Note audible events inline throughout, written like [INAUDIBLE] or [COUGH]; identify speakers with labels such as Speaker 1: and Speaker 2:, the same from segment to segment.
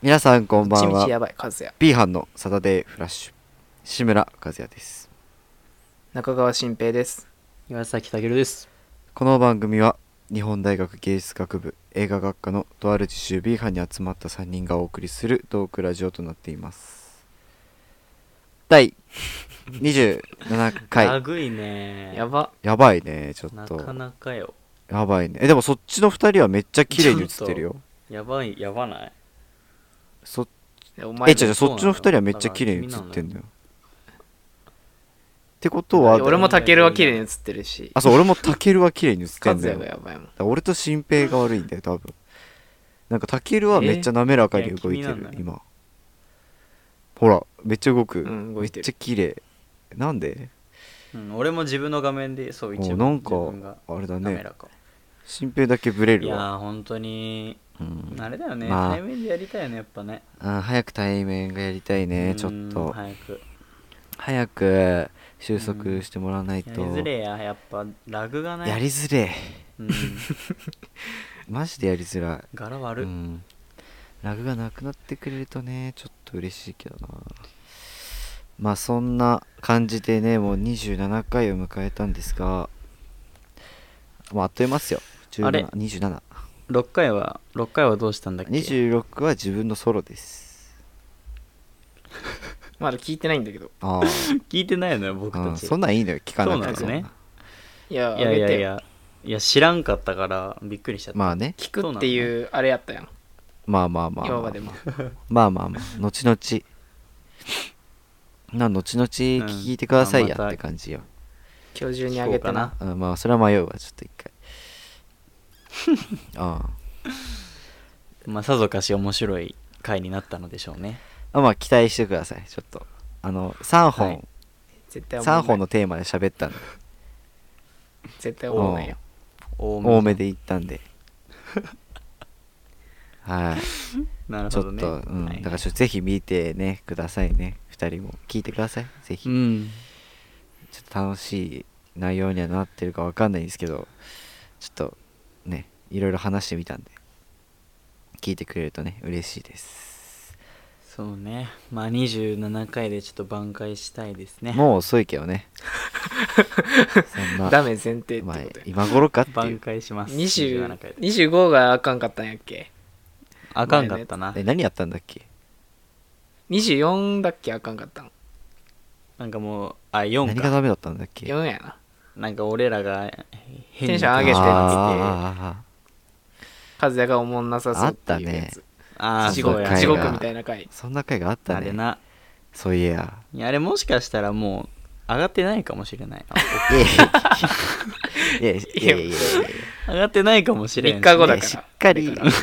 Speaker 1: 皆さんこんばん
Speaker 2: ちみち
Speaker 1: は
Speaker 2: やばい、和也。
Speaker 1: B 班のサタデーフラッシュ志村和也です
Speaker 2: 中川新平です。
Speaker 3: 岩崎武です。
Speaker 1: この番組は日本大学芸術学部映画学科のとある実習 B 班に集まった3人がお送りするトークラジオとなっています第27
Speaker 3: [LAUGHS]
Speaker 1: 回
Speaker 3: 長いね。
Speaker 2: やば。
Speaker 1: やばいねちょ
Speaker 3: な
Speaker 1: っと
Speaker 3: かなかよ。
Speaker 1: やばいねえでもそっちの2人はめっちゃ綺麗に映ってるよ
Speaker 3: やばい、やばない。
Speaker 1: そ
Speaker 2: お前
Speaker 1: え違う違う
Speaker 3: そう
Speaker 1: そ
Speaker 3: なの
Speaker 1: っちの2人はめっちゃ綺麗に映ってんのよってこと
Speaker 2: い
Speaker 1: は
Speaker 2: や俺もタケルは綺麗に映ってるし、
Speaker 1: あそう俺もタケルは綺麗に映って
Speaker 2: 和
Speaker 1: んだ
Speaker 2: 也
Speaker 1: よ
Speaker 2: がやばいもん
Speaker 1: だ。から俺と新平が悪いんだ
Speaker 3: [LAUGHS]
Speaker 1: よ多分なんかタケルはめっちゃ滑らかに動いて
Speaker 3: えーいや気に
Speaker 1: る
Speaker 3: なんない
Speaker 1: 今ほらめっちゃ動く、
Speaker 2: うん動
Speaker 1: め
Speaker 2: い
Speaker 1: って
Speaker 2: る
Speaker 1: ちゃ綺麗なんで
Speaker 3: うん、俺も自分の画面で、そう、一
Speaker 1: お
Speaker 3: 応。
Speaker 1: なんか
Speaker 3: 自分が
Speaker 1: あれだ
Speaker 3: カメ
Speaker 1: ね
Speaker 3: ラか。
Speaker 1: 新平だけブレ
Speaker 3: い
Speaker 1: る
Speaker 3: や
Speaker 1: わ、
Speaker 3: ー、本当に、
Speaker 1: うん、
Speaker 3: あれだよね。
Speaker 1: まあ
Speaker 3: 対面でやりたいよね、やっぱね。
Speaker 1: あー早く対面がやりたいね
Speaker 3: うん
Speaker 1: ちょっと
Speaker 3: 早く。
Speaker 1: 早く収束してもらわない
Speaker 3: や
Speaker 1: と
Speaker 3: りづれえや、やっぱ、ラグがない。
Speaker 1: やりづれえ
Speaker 3: うん。
Speaker 1: マジでやりづらい
Speaker 3: 柄
Speaker 1: う
Speaker 3: 悪い。
Speaker 1: ん、ラグがなくなってくれるとねちょっと嬉しいけどなまあそんな感じでねもう27回を迎えたんですがまああっという間っすよ
Speaker 3: あれ
Speaker 1: 172726
Speaker 3: 6回は、6回はどうしたんだっけ
Speaker 1: は自分のソロです
Speaker 2: まだ聞いてないんだけど。
Speaker 3: [LAUGHS]
Speaker 1: あ
Speaker 3: 聞いてないのよ、僕
Speaker 1: あ、う
Speaker 3: た
Speaker 1: ん、
Speaker 3: ち。
Speaker 1: そんなんいいのよ聞かなくて
Speaker 3: そうなんですね
Speaker 2: いや、あ
Speaker 3: いやい
Speaker 2: げ
Speaker 3: や
Speaker 2: て
Speaker 3: い
Speaker 2: よ。
Speaker 3: や、いや、知らんかったから、びっくりしちゃった。
Speaker 1: まあね
Speaker 2: 聞くっていう、あれやったやん。
Speaker 1: まあまあまあま
Speaker 2: 今
Speaker 1: あ
Speaker 2: ま
Speaker 1: [LAUGHS]
Speaker 2: でも。
Speaker 1: まあまあまあ後々
Speaker 3: [LAUGHS]
Speaker 1: な後々聞いてくださいやって感じよ、
Speaker 2: 今日中にあげてな。
Speaker 1: あまあそれは迷うわちょっと一回
Speaker 3: [LAUGHS]
Speaker 1: ああ
Speaker 3: まあ、さぞかし面白い回になったのでしょうね。
Speaker 1: あまあ期待してくださいちょっとあの3本、
Speaker 3: はい
Speaker 2: 絶対思
Speaker 1: 3
Speaker 2: わない
Speaker 1: 本のテーマで喋ったんで
Speaker 2: 絶対思わないよ。
Speaker 3: 多
Speaker 1: 多めで言ったん
Speaker 3: [LAUGHS]
Speaker 1: ではい
Speaker 3: なる
Speaker 1: ちょ
Speaker 3: ほ
Speaker 1: っと、
Speaker 3: どね。
Speaker 1: うん
Speaker 3: はい
Speaker 1: だからちょっとぜひ見てねくださいね2人も聞いてくださいぜひ、
Speaker 3: うん。
Speaker 1: ちょっと楽しい内容にはなってるかわかんないんですけどちょっとねいろいろ話してみたんで聞いてくれるとね嬉しいです
Speaker 3: そうね。まあ27回でちょっと挽回したいですね。
Speaker 1: もう遅いけどね [LAUGHS] そんな
Speaker 2: ダメ前提ってこ
Speaker 1: まあ
Speaker 2: とや。
Speaker 1: 今頃かってい
Speaker 3: 挽
Speaker 1: う
Speaker 3: 回します。
Speaker 2: 20
Speaker 3: 27回で。
Speaker 2: 25があかんかったんやっけ
Speaker 3: あかんかったな
Speaker 1: え。何やったんだっけ
Speaker 2: ?24 だっけあかんかったん。
Speaker 3: なんかもう、あ、4
Speaker 1: 何が
Speaker 3: か。
Speaker 1: ダメだったんだっけ
Speaker 2: 4やな。
Speaker 3: なんか俺らが変
Speaker 2: テ
Speaker 3: に
Speaker 2: ンション上げて
Speaker 1: あ
Speaker 2: な
Speaker 1: ー
Speaker 2: ん
Speaker 3: あ
Speaker 1: あ
Speaker 2: 和也がおもんなさそうっていうやつ。
Speaker 3: あー、
Speaker 2: 地
Speaker 1: そう
Speaker 2: 獄
Speaker 1: だ
Speaker 3: そうや。
Speaker 2: 地
Speaker 1: 回
Speaker 2: 獄
Speaker 1: が
Speaker 2: みたいな回
Speaker 1: ー。そんな回があった
Speaker 3: あれ
Speaker 1: ね
Speaker 3: な。
Speaker 1: そうい [LAUGHS] や
Speaker 3: いや、あれもしかしたらもう、上がってないかもしれな
Speaker 1: い
Speaker 3: い。
Speaker 1: やいやいやいやいやいやいやいや
Speaker 3: 上がってないかもしれない。
Speaker 2: 三日後だから
Speaker 1: しっかり
Speaker 2: こ
Speaker 1: [LAUGHS]
Speaker 2: れ
Speaker 1: し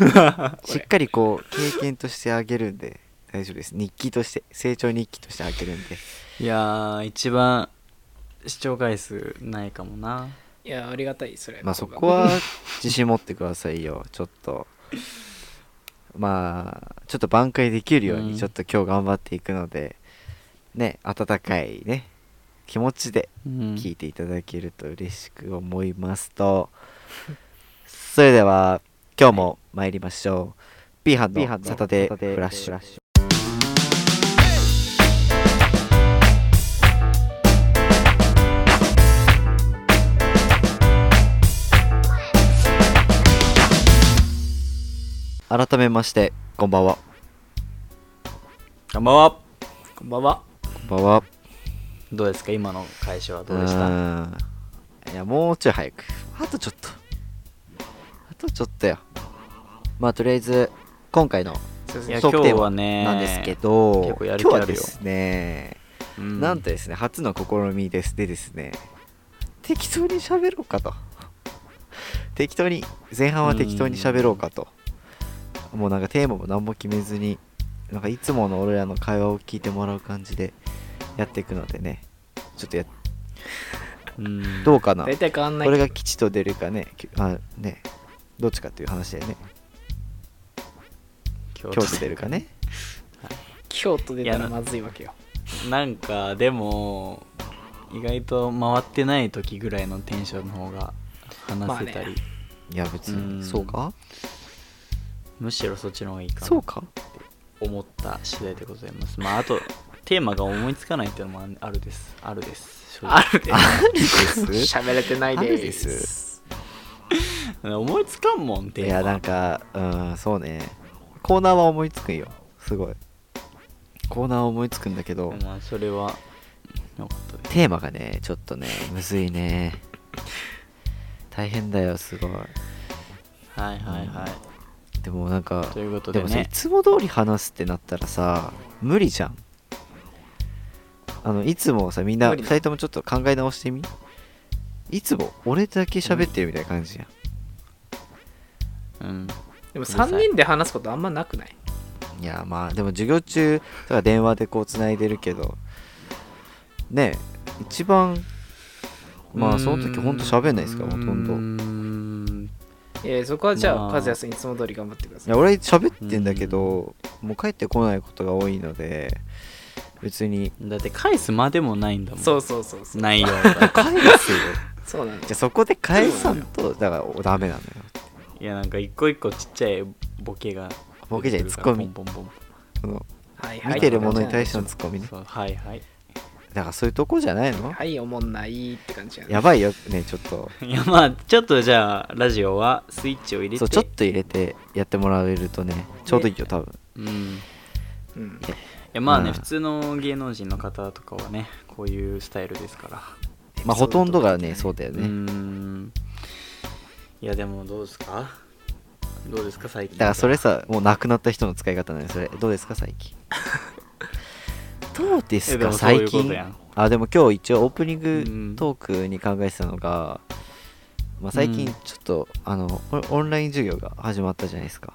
Speaker 1: っかりこう経験としてあげるんで大丈夫です日記として成長日記としてあげるんで
Speaker 3: いやー、一番視聴回数ないかもな。
Speaker 2: いや、ありがたい、それ。
Speaker 1: まあそこは自信持ってくださいよ [LAUGHS] ちょっとまあちょっと挽回できるよう
Speaker 3: うん
Speaker 1: にちょっと今日頑張っていくので、ね温かいね気持ちで
Speaker 3: うん。
Speaker 1: 聞いていただけると嬉しく思いますと、それでは今日も参りましょう B 班のサタデーフラッシュ改めましてこんばんは
Speaker 3: こんばんは。
Speaker 2: こんばんは。
Speaker 1: こんばんは
Speaker 3: どうですか今の返しはどうでした
Speaker 1: うんいやもうちょい早くあとちょっとあとちょっとよまあとりあえず今回の
Speaker 2: そうです
Speaker 3: いや
Speaker 2: ね。
Speaker 1: トークテー
Speaker 3: 今日は
Speaker 1: マ
Speaker 3: ね
Speaker 1: なんですけど、
Speaker 3: 結構やる気
Speaker 1: 今日
Speaker 3: あ
Speaker 1: は
Speaker 3: る
Speaker 1: で
Speaker 3: よ
Speaker 1: すね、
Speaker 3: うん
Speaker 1: なんとですね初の試みですでですね適当に喋ろうかと適当に前半は適当に喋ろうかともうなんかテーマも何も決めずになんかいつもの俺らの会話を聞いてもらう感じでやっていくのでねちょっとや
Speaker 3: うん
Speaker 1: どうかな
Speaker 2: 大体変わんない
Speaker 1: これが吉と出るかねきあねどっちかっていう話だよね
Speaker 3: 今
Speaker 1: 今日出るかね
Speaker 2: 京都出たらまずいわけよ。
Speaker 3: なんかでも意外と回ってない時ぐらいのテンションの方が話せた
Speaker 2: まあ
Speaker 3: り、
Speaker 2: ね
Speaker 1: いや別
Speaker 3: う
Speaker 1: に
Speaker 3: ん
Speaker 1: そうか
Speaker 3: むしろそっちの方がいいかな
Speaker 1: そうか
Speaker 3: 思った次第でございますまああとテーマが思いつかないっていうのもあんあるですあるです正直
Speaker 2: あるで
Speaker 1: ある
Speaker 2: [LAUGHS]
Speaker 1: です
Speaker 2: 喋れてない
Speaker 1: ある
Speaker 2: で
Speaker 1: ですす
Speaker 3: 思いつかんもん
Speaker 1: い
Speaker 3: テーマ
Speaker 1: やなんかうんそうねコーナーは思いつくんよすごいコーナーは思いつくんだけど、
Speaker 3: まあそれはよかったです
Speaker 1: テーマがねちょっとねむずいね大変だよすごい
Speaker 3: はいはいはい
Speaker 1: でもなんか
Speaker 3: ということ
Speaker 1: で
Speaker 3: で
Speaker 1: もさい
Speaker 3: ね
Speaker 1: つも通り話すってなったらさ無理じゃんあのいつもさみんな
Speaker 2: 無
Speaker 1: 2
Speaker 2: 理だ
Speaker 1: 人ともちょっと考え直してみいつも俺だけ喋ってるみたいな感じやん
Speaker 3: うん
Speaker 2: でも3人で話すことあんまなくない
Speaker 1: いやまあでも授業中だから電話でこうつないでるけどねえ一番まあその時ほんと喋んないですからほとんど
Speaker 3: うー
Speaker 1: い
Speaker 3: ん
Speaker 2: えそこはじゃ
Speaker 3: ま
Speaker 2: あ
Speaker 3: あ
Speaker 2: 和也さんいつも通り頑張ってください
Speaker 1: や俺喋ってんだけどもう帰ってこないことが多いので別に
Speaker 3: だって返すまでもないんだもん
Speaker 2: そうそうそうそう
Speaker 3: 内容が
Speaker 1: 返すよ
Speaker 2: そうなんで
Speaker 1: じゃあ
Speaker 2: す
Speaker 1: そこで返さんとだからダメなのよ
Speaker 3: いやなんか一個一個ちっちゃいボケが
Speaker 1: ボケじゃない
Speaker 3: 出てくるから
Speaker 1: ツッコミ
Speaker 3: ポンポンポン
Speaker 1: その
Speaker 2: はいはい
Speaker 1: 見てるものに対しての
Speaker 2: じ
Speaker 1: ツッコミね
Speaker 3: そうはいはい
Speaker 1: だからそういうとこじゃない
Speaker 2: ゃあ
Speaker 1: の
Speaker 2: はいおもんないって感じやね
Speaker 1: やばいよねちょっと
Speaker 3: いやまあちょっとじゃあラジオはスイッチを入れて
Speaker 1: そうちょっと入れてやってもらえるとねちょうどいいよ多分
Speaker 3: うん
Speaker 2: うん
Speaker 3: いやまあね、
Speaker 1: うん
Speaker 3: 普通の芸能人の方とかはねこういうスタイルですから
Speaker 1: まあほとんどがね
Speaker 2: そ
Speaker 1: そううだよ
Speaker 3: うー
Speaker 1: ね
Speaker 3: んいやでもどうですかどうですか最近
Speaker 1: だからそれさもう亡くなった人の使い方ねそれどうですか最
Speaker 3: [LAUGHS]
Speaker 1: 近どうです
Speaker 3: いやで
Speaker 1: か
Speaker 3: もそうい
Speaker 1: 最
Speaker 3: うこと
Speaker 1: 近
Speaker 3: やん
Speaker 1: あでも今日一応オープニン
Speaker 3: う
Speaker 1: グ
Speaker 3: ん
Speaker 1: トークに考えてたのが、まあ、最近
Speaker 3: うん
Speaker 1: ちょっと、あのオンオンライン授業が始まったじゃないですか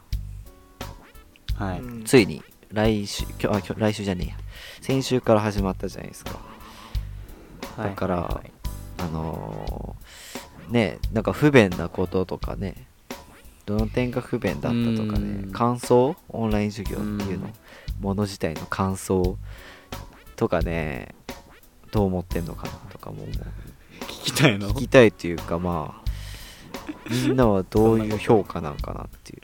Speaker 3: はい、
Speaker 2: うん
Speaker 1: ついに来週今日あ今日来週じゃねえや先週から始まったじゃないですか
Speaker 3: はい
Speaker 1: だから
Speaker 3: はいはい
Speaker 1: あのーねなんか不便なこととかねどの点が不便だったとかね
Speaker 3: うん
Speaker 1: 感想オンライン授業っていう
Speaker 3: う
Speaker 1: の
Speaker 3: ん
Speaker 1: もの自体の感想とかねどう思ってんのかなとかも思う
Speaker 3: 聞きたいの
Speaker 1: 聞きたいというかまあみんなはどういう評価なんかなってい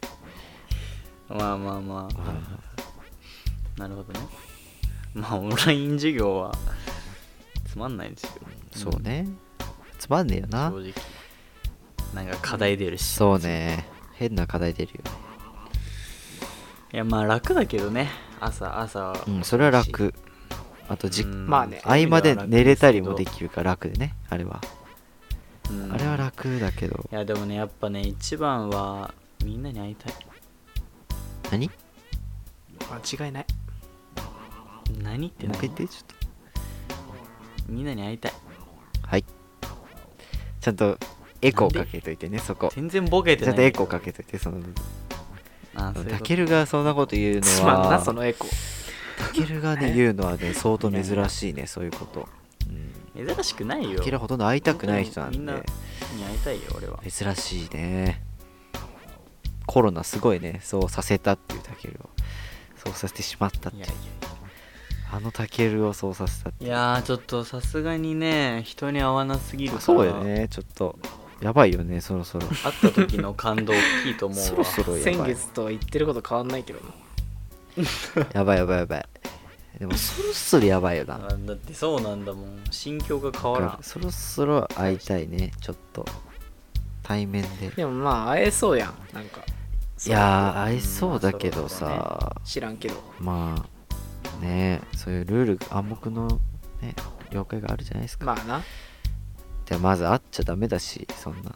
Speaker 1: う
Speaker 3: まあまあまあ、
Speaker 1: うん
Speaker 3: なるほどねまあオンライン授業はつまんないですよ
Speaker 1: そうねつまんねえよな
Speaker 3: 正直なんか課題出るし
Speaker 1: そうね変な課題出るよね
Speaker 3: いやまあ楽だけどね朝朝
Speaker 1: うん、それは楽。あとじ、
Speaker 3: うん
Speaker 2: まあね
Speaker 1: 合間で寝れたりもで
Speaker 3: る、
Speaker 1: きるから楽でね、あれは。
Speaker 3: うん
Speaker 1: あれは楽だけど
Speaker 3: い。やでもねやっぱね一番はみんなに会いたい
Speaker 1: 何も
Speaker 2: 間違いない
Speaker 3: 何って
Speaker 1: う一
Speaker 3: 何
Speaker 1: 回言って、ちょっ
Speaker 3: みんなに会いたい
Speaker 1: と。はい。ちゃんとエコーかけといてね、そこ。ち
Speaker 3: 全然ボケて
Speaker 1: ゃ
Speaker 3: なんい
Speaker 1: とエコーかけといて、その部分。
Speaker 3: あそういうこ
Speaker 1: た
Speaker 3: と
Speaker 1: けるがそんなこと言う
Speaker 2: つ
Speaker 1: の
Speaker 2: まんな
Speaker 1: は、
Speaker 2: そのエコ
Speaker 1: たけるがね、言うのはね、相当珍しいね、そういうこと。うん
Speaker 3: 珍しくないよ
Speaker 1: たけるはほとんど会いたくない人な
Speaker 3: みん
Speaker 1: ん
Speaker 3: なに
Speaker 1: で、
Speaker 3: 会いたいよ俺は
Speaker 1: 珍しいね。コロナすごいね、そうさせたっていうたけるを。そうさせてしまったって
Speaker 3: い
Speaker 1: い
Speaker 3: や
Speaker 1: う
Speaker 3: いや。
Speaker 1: あのタケルをそうさせたって
Speaker 3: いやーちょっとさすがにね人に会わなすぎるから
Speaker 1: そうよねちょっとやばいよねそろ [LAUGHS] そろ
Speaker 3: 会った時の感動大きいと思う
Speaker 1: [LAUGHS]
Speaker 3: わ
Speaker 1: そろそろや
Speaker 2: 先
Speaker 1: ばい
Speaker 2: 月と言ってること変わんないけどな
Speaker 1: やばいやばいやばいでもそろそろやばいよな
Speaker 3: あだってそうなんだもん心境が変わらん
Speaker 1: そろそろ会いたいねちょっと対面で
Speaker 2: でもまあ会えそうやんなんか
Speaker 1: いやー会えそうだけど
Speaker 3: まあ
Speaker 1: さ
Speaker 2: 知らんけど
Speaker 1: まあねそういうルール暗黙のね了解があるじゃないですか
Speaker 2: まあな
Speaker 1: じゃあまず会っちゃダメだしそんな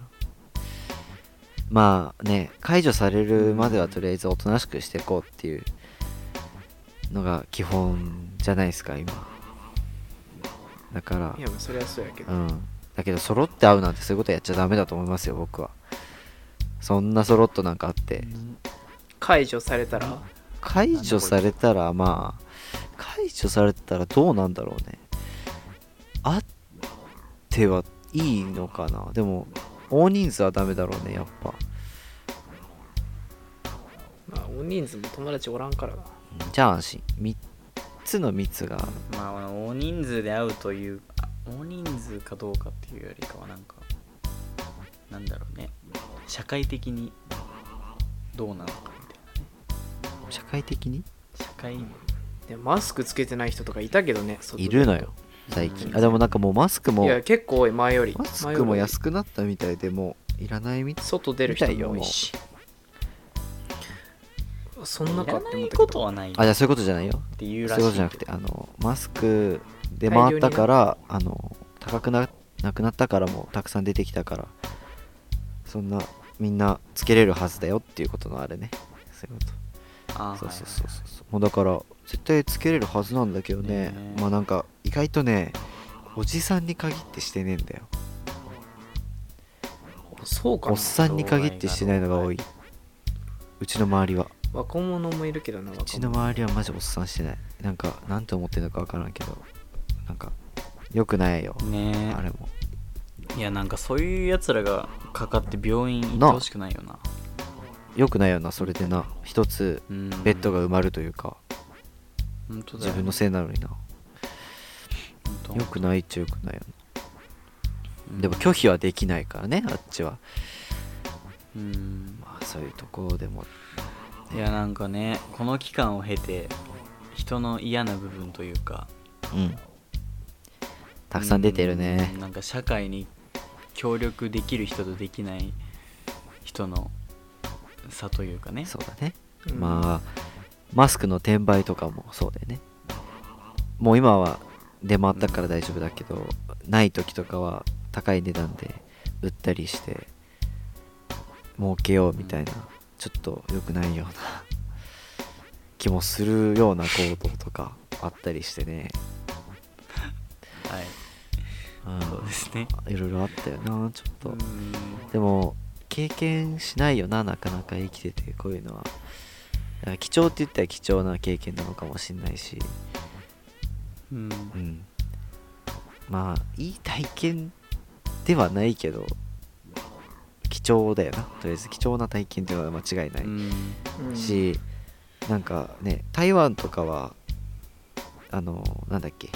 Speaker 1: まあね解除されるまではとりあえずおとなしくしていこうっていうのが基本じゃないですか今だから
Speaker 2: いやまあそれはそうやけど
Speaker 1: うんだけど揃って会うなんてそういうことやっちゃダメだと思いますよ僕はそんな揃っとなんかあって
Speaker 2: 解除されたら
Speaker 1: 解除されたらまあ解除されたらどうなんだろうねあってはいいのかなでも大人数はダメだろうねやっぱ
Speaker 2: まあ大人数も友達おらんからな
Speaker 1: うんじゃあ安心3つの密が
Speaker 3: まあ大人数で会うというあ大人数かどうかっていうよりかはなんかなんだろうね社会的にどうなのかみたいなね
Speaker 1: 社会的に
Speaker 3: 社会人
Speaker 2: でマスクつけてない人とかいたけどね外で
Speaker 1: いるのよ最近
Speaker 2: うん
Speaker 1: あでもなんかもうマスク
Speaker 2: い
Speaker 1: も
Speaker 2: や結構多い前より
Speaker 1: マス
Speaker 2: 前
Speaker 1: ク
Speaker 2: よ
Speaker 1: も
Speaker 2: り
Speaker 1: 安くなったみたいでもういらないみたい
Speaker 2: 外出る人も多いしそんないか
Speaker 3: ら
Speaker 2: って
Speaker 3: な
Speaker 2: 思っ
Speaker 3: い
Speaker 2: たけど
Speaker 3: ことはないっ
Speaker 1: あじゃあそういうことじゃないよ
Speaker 3: ていう
Speaker 1: そ
Speaker 3: ら
Speaker 1: う
Speaker 3: し
Speaker 1: いう
Speaker 3: い
Speaker 1: ことじゃなくてあのマスクで回ったからあの高くななくなったからもうたくさん出てきたからそんなみんなつけれるはずだよっていうことのあれねそういうこと
Speaker 3: あ
Speaker 1: そうそうそうそうそうもうだから絶対つけれるはずなんだけどね
Speaker 3: ねえ
Speaker 1: まあなんか意外とねおじさんに限ってしてねえんだよ
Speaker 2: そうか
Speaker 1: おっ
Speaker 2: な
Speaker 1: さんに限ってしてないのが多いいうちの周りは
Speaker 2: 若者もいるけどな
Speaker 1: う
Speaker 2: 若
Speaker 1: ちの
Speaker 2: 者
Speaker 1: 周りはマジおっさんしてないなんかなんて思ってるのか分からんけどなんかよくないよ
Speaker 3: ねえ
Speaker 1: あれも
Speaker 3: いやなんかそういうやつらがかかって病院行ってほしくないよな
Speaker 1: よくないよなそれでな一つ
Speaker 3: うん
Speaker 1: ベッドが埋まるというか
Speaker 3: 本当だ
Speaker 1: 自
Speaker 3: よ
Speaker 1: 分のせいなのにな
Speaker 3: 本当
Speaker 1: よくないっちゃよくないよ
Speaker 3: うん
Speaker 1: なでも拒否はできないからねあっちは
Speaker 3: うん
Speaker 1: まあそういうところでも
Speaker 3: いやなんかねこの期間を経て人の嫌な部分というか
Speaker 1: うんたくさん出てるね
Speaker 3: うんなんか社会に協力できる人とできない人の差というかね
Speaker 1: そうだね
Speaker 2: うん
Speaker 1: まあマスクの転売とかもそうだよねもう今は出回ったから大丈夫だけどない時とかは高い値段で売ったりして儲けようみたいなちょっと良くないような気もするような行動とかあったりしてね、
Speaker 3: はい
Speaker 1: うん
Speaker 3: そうですね
Speaker 1: いろいろあったよなちょっと、
Speaker 3: うん
Speaker 1: でも経験しないよななかなか生きててこういうのはだから貴重って言ったら貴重な経験なのかもしれないし、
Speaker 3: うん
Speaker 1: うん、まあいい体験ではないけど貴重だよなとりあえず貴重な体験では間違いな
Speaker 3: う
Speaker 1: い
Speaker 3: ん
Speaker 2: うん
Speaker 1: し、なんかね台湾とかはあのなんだっけ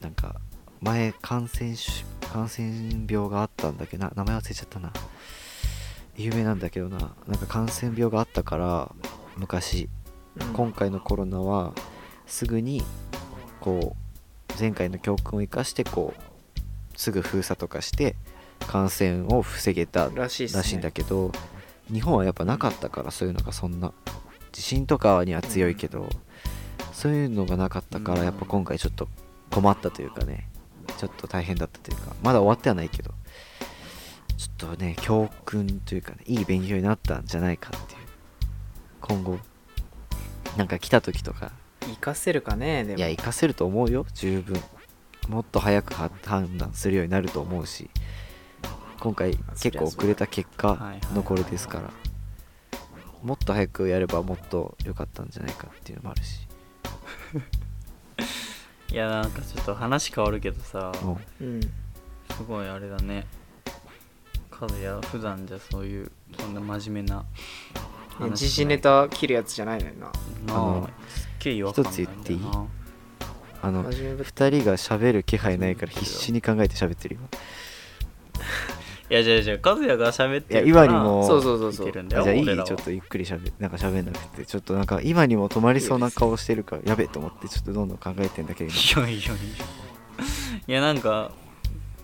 Speaker 1: なんか前感染し感染病があったんだけどな名前忘れちゃったな有名なんだけどななんか感染病があったから昔
Speaker 2: うん
Speaker 1: 今回のコロナはすぐにこう前回の教訓を生かしてこうすぐ封鎖とかして感染を防げた
Speaker 2: らしいっすね
Speaker 1: らしいんだけど、日本はやっぱなかったからそういうのがそんな地震とかには強いけど、そういうのがなかったから
Speaker 3: うん
Speaker 1: やっぱ今回ちょっと困ったというかねちょっと大変だったというかまだ終わってはないけどちょっとね教訓というかねいい勉強になったんじゃないかっていう今後なんか来た時とか
Speaker 2: 生かせるかねでも
Speaker 1: いや活かせると思うよ十分もっと早くは判断するようになると思うし今回
Speaker 2: あそり
Speaker 1: 結構
Speaker 2: ゃそうだ
Speaker 1: 遅れた結
Speaker 3: はいはい
Speaker 1: 果
Speaker 3: はい
Speaker 1: のこれですからもっと早くやればもっと良かったんじゃないかっていうのもあるし
Speaker 3: いやなんかちょっと話変わるけどさ
Speaker 1: うん
Speaker 2: うん
Speaker 3: すごいあれだね和也普段じゃそういうそんな真面目な
Speaker 2: ね
Speaker 3: 話
Speaker 2: 時
Speaker 3: し
Speaker 2: 事
Speaker 3: ない
Speaker 2: ネタ切るやつじゃないのよな
Speaker 3: な
Speaker 1: あ
Speaker 3: あ
Speaker 1: の
Speaker 3: すっげえ違和感
Speaker 1: 一つ言っていい
Speaker 3: なんだよ
Speaker 1: あの
Speaker 2: 真面目ぶっ
Speaker 1: 2人が喋る気配ないから必死に考えて喋ってるよ
Speaker 3: ないやじゃあじゃあ和也が喋って
Speaker 1: いや今にも
Speaker 2: そうそうそう
Speaker 3: 聞
Speaker 2: そ
Speaker 3: いうてるん
Speaker 1: じ
Speaker 3: だ
Speaker 1: ゃ
Speaker 3: よ
Speaker 1: あいい
Speaker 3: 俺らは
Speaker 1: ちょっとゆっくり喋なんか喋んなくてちょっとなんか今にも止まりそうな顔してるからやべえと思ってちょっとどんどん考えてんだけど今
Speaker 3: いやいやいやいやなんか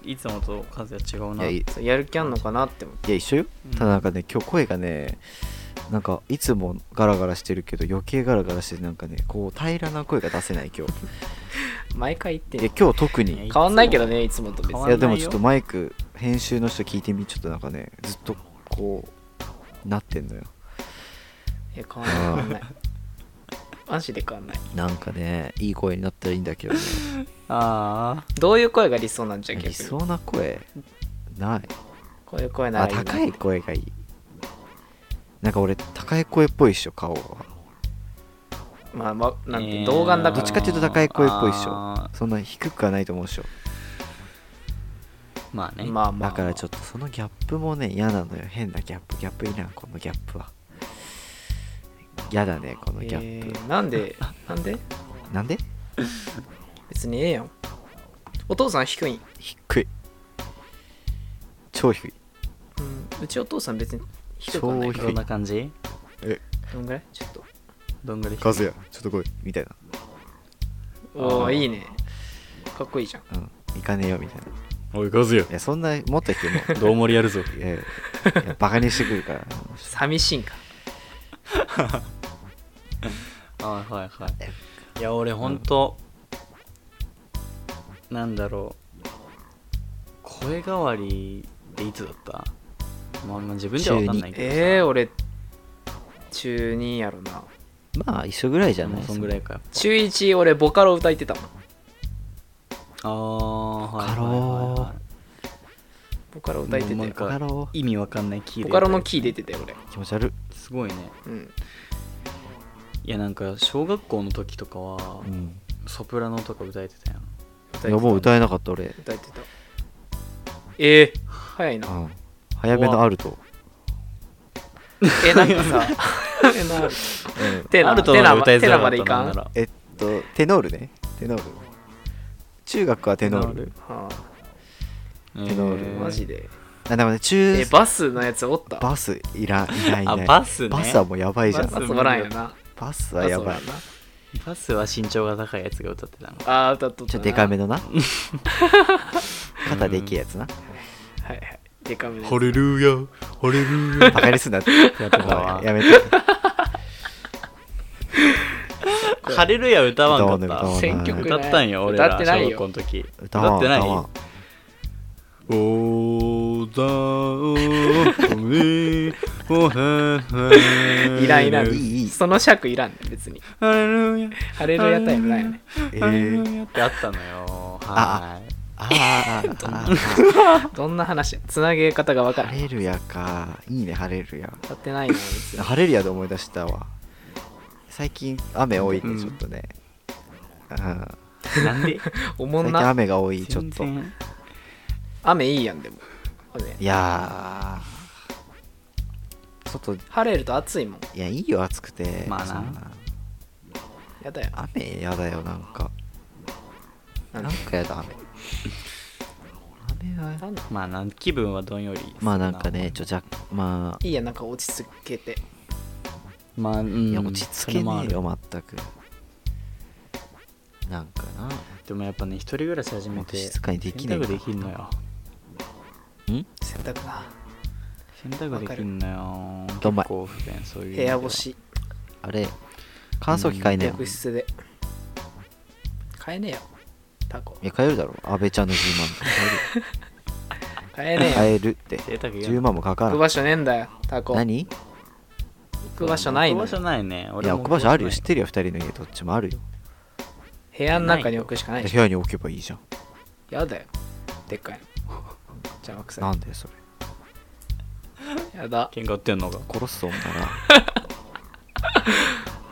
Speaker 3: いつもと和也違うない
Speaker 1: やいい
Speaker 2: そうやる気あんのかなって思って
Speaker 1: いや一緒よ、
Speaker 3: うん
Speaker 1: ただなんかね今日声がねなんかいつもガラガラしてるけど余計ガラガラしてなんかねこう平らな声が出せない
Speaker 3: [LAUGHS]
Speaker 1: 今日
Speaker 2: 毎回言ってん
Speaker 1: いや
Speaker 2: の
Speaker 1: 今日特
Speaker 3: いやい
Speaker 1: に
Speaker 3: い
Speaker 1: い
Speaker 2: 変わんないけどねいつもと別
Speaker 3: 変わん
Speaker 2: に
Speaker 3: ない
Speaker 1: や
Speaker 3: よ
Speaker 1: でもちょっとマイク編集の人聞いてみちょっとなんかねずっとこうなってんのよ
Speaker 2: いや変わんない変わんないマジで変わんない
Speaker 1: なんかねいい声になったらいいんだ
Speaker 3: [LAUGHS]
Speaker 1: けどね
Speaker 3: あ
Speaker 2: どういう声が理想なんじゃ逆
Speaker 1: 理
Speaker 2: に
Speaker 1: 想な声ない
Speaker 2: こういう声な
Speaker 1: あ
Speaker 2: らいいな
Speaker 1: 高い声がいいなんか俺高い声っぽいっしょ顔が
Speaker 2: まあまあ
Speaker 3: あ
Speaker 2: なんて童顔だ
Speaker 1: ど
Speaker 2: か
Speaker 1: っ
Speaker 2: ら
Speaker 1: ちかっていうと高い声っぽいっしょ
Speaker 3: あ
Speaker 1: そんな低くはないと思うっしょ
Speaker 3: まあね
Speaker 2: まあまあ
Speaker 1: だからちょ
Speaker 2: ょっ
Speaker 1: っとそのギャップもね嫌なのよ変なギャップギャップいらんこのギャップは嫌だねこのギャップ、
Speaker 2: なんでなんで
Speaker 1: なんで
Speaker 2: 別にええやんお父さん低いん、
Speaker 1: 低い超低い
Speaker 2: うん、うちお父さん別に低くはな
Speaker 1: 超
Speaker 2: い
Speaker 1: 低
Speaker 3: どん
Speaker 1: い
Speaker 3: な感じ
Speaker 2: どんぐらいちょっと
Speaker 3: どんぐらい低い
Speaker 1: カズヤちょっと来いみたいな
Speaker 2: お
Speaker 3: あ
Speaker 2: お
Speaker 3: ー
Speaker 2: いいねかっこいいじゃん
Speaker 1: うん行かねえよみたいない
Speaker 3: おいカズヤ
Speaker 1: やそんなもっと言っても [LAUGHS]
Speaker 3: どうもりやるぞ
Speaker 1: いやいやバカにしてくるから
Speaker 2: 寂しいんか
Speaker 3: はいはいはいいや俺ほんと、なんだろう声変わりっていつだったまあまあ自分じゃ分かんないけどさ
Speaker 2: えー、俺中2やろな
Speaker 1: [LAUGHS] まあ一緒ぐらいじゃな
Speaker 3: も
Speaker 1: いう
Speaker 3: そんぐらいか
Speaker 2: 中1俺ボカロ歌いてたもん
Speaker 3: ああはい
Speaker 1: カロー
Speaker 3: はいはいはい
Speaker 2: ボカロ歌いて
Speaker 3: も
Speaker 2: て
Speaker 3: うなんか
Speaker 1: ボカロ
Speaker 3: 意味わかんないキー
Speaker 2: ボ
Speaker 3: で
Speaker 2: カロのキー出てたよ俺
Speaker 1: 気持ち悪い
Speaker 3: すごいね
Speaker 2: うん
Speaker 3: いやなんか小学校の時とかは、
Speaker 1: うん
Speaker 3: ソプラノとか歌えてたやん
Speaker 2: 歌
Speaker 1: いやもう
Speaker 2: いてた
Speaker 1: 歌えなかった俺
Speaker 2: 歌いてたえー、早いうな、
Speaker 1: ん早めのあると
Speaker 2: えなんかさえなテラ
Speaker 3: アルトの方が歌いづ
Speaker 2: テ
Speaker 3: ら
Speaker 2: ラ
Speaker 3: か
Speaker 2: ま
Speaker 3: った
Speaker 2: でいかん
Speaker 3: なんなら
Speaker 1: えっとテノールねテノール中学はテノール
Speaker 2: は
Speaker 1: テノール
Speaker 2: あ、
Speaker 1: えー
Speaker 2: マジで
Speaker 1: あでもね中
Speaker 2: えバスのやつおった
Speaker 1: バスいらいないい
Speaker 3: あ
Speaker 1: ない
Speaker 3: バスね
Speaker 1: バスはもうやばいじゃん
Speaker 2: バ
Speaker 1: バ
Speaker 2: スおらんよな
Speaker 1: ス
Speaker 2: バ
Speaker 1: は
Speaker 2: ス
Speaker 1: や
Speaker 2: お
Speaker 1: ば
Speaker 2: ら
Speaker 1: い
Speaker 2: んな
Speaker 3: バスは身長が高いやつが歌ってたの
Speaker 2: ああ歌っとった
Speaker 1: ちょっとで
Speaker 2: な
Speaker 1: かめのな肩できえやつな
Speaker 2: はいはいでかめのやつ
Speaker 3: ホレルーヤホレルーヤ
Speaker 1: バカにすんなって
Speaker 3: やってたわ
Speaker 1: やめて
Speaker 3: ハレルヤ歌わんかっ
Speaker 1: 歌
Speaker 3: た
Speaker 1: わんね
Speaker 2: 選曲
Speaker 3: 歌ったんよ俺ら
Speaker 2: 歌ってない
Speaker 3: 小学校
Speaker 2: よ
Speaker 3: の時
Speaker 1: 歌わん
Speaker 3: ってない
Speaker 1: 歌わん
Speaker 3: おだ
Speaker 2: [LAUGHS]
Speaker 3: おめお
Speaker 2: いらんいらん
Speaker 1: いいいい
Speaker 2: その尺いらんね別に
Speaker 3: ハレルヤ
Speaker 2: ハレルヤタイムないよね
Speaker 1: え
Speaker 3: ハレ
Speaker 1: ー
Speaker 3: ルヤってあったのよ
Speaker 1: あ
Speaker 3: は
Speaker 1: あーあーあー
Speaker 2: どんな話つなげ方が分か
Speaker 1: あー
Speaker 2: ら
Speaker 1: ハ
Speaker 2: ん
Speaker 1: レルヤかいいねハレルヤ
Speaker 2: 歌ってないな
Speaker 1: [LAUGHS]
Speaker 2: 別に
Speaker 1: ハレルヤで思い出したわ最近雨多いねちょっとねうん
Speaker 3: いなんで
Speaker 2: おもん
Speaker 1: 最近
Speaker 2: な
Speaker 1: 雨が多い [LAUGHS] ちょっと
Speaker 3: 全
Speaker 1: い
Speaker 3: 然
Speaker 2: 雨いいやんでも雨
Speaker 1: やーちょっとい
Speaker 2: 晴れると暑いもん
Speaker 1: やいいよ暑くて
Speaker 3: まあな
Speaker 1: そん
Speaker 2: やだよ
Speaker 1: 雨やだよなんか
Speaker 2: なん
Speaker 1: な
Speaker 2: か
Speaker 1: んかやだ雨雨は
Speaker 2: なんだ
Speaker 3: まあなん気分はどんよりする
Speaker 1: まあなんかねちょじゃま
Speaker 2: いいやなんか落ち着けて
Speaker 3: まあ、う
Speaker 1: あ
Speaker 3: ん
Speaker 1: いや落ち着け
Speaker 3: それもあ
Speaker 1: ねえ
Speaker 3: る
Speaker 1: よ全くなんかな
Speaker 3: でもやっぱね一人暮らし始
Speaker 1: も
Speaker 3: めて
Speaker 1: っと静かにできねえ
Speaker 3: 洗
Speaker 1: か
Speaker 3: 濯できんの
Speaker 1: ん
Speaker 3: よ
Speaker 2: 洗濯な
Speaker 3: 洗濯できんのよ
Speaker 1: かる
Speaker 3: 結構不便そういう意味
Speaker 2: 部
Speaker 3: では
Speaker 2: 屋干し
Speaker 1: あれ乾燥機買えねえよ
Speaker 2: 浴室で買えねえよタコ
Speaker 1: いや買えるだろ安倍ちゃんの10万
Speaker 3: [LAUGHS]
Speaker 1: とか
Speaker 2: 買
Speaker 1: 買
Speaker 2: え
Speaker 1: える
Speaker 2: ねえよ
Speaker 1: 買えるって
Speaker 3: 贅沢や
Speaker 1: 10万もかか
Speaker 2: 置
Speaker 1: ら
Speaker 2: く
Speaker 1: ん
Speaker 2: 場所ねえんだよタコ
Speaker 1: 何い
Speaker 2: 置く場所ないの
Speaker 3: 置く場所ないね俺
Speaker 1: や
Speaker 3: も
Speaker 1: 置く場所あるよ
Speaker 3: 置
Speaker 1: 知っ
Speaker 3: く
Speaker 1: てるよ2人の家どっちもあるよ
Speaker 2: 部屋の中に置くしかない
Speaker 1: 部屋に置けばいいじゃん
Speaker 2: やだよでっかいの [LAUGHS] 邪魔くさ
Speaker 1: なんでそれ
Speaker 2: いやだ
Speaker 3: 場所ない喧嘩売ってんのが
Speaker 1: 殺すと思ったら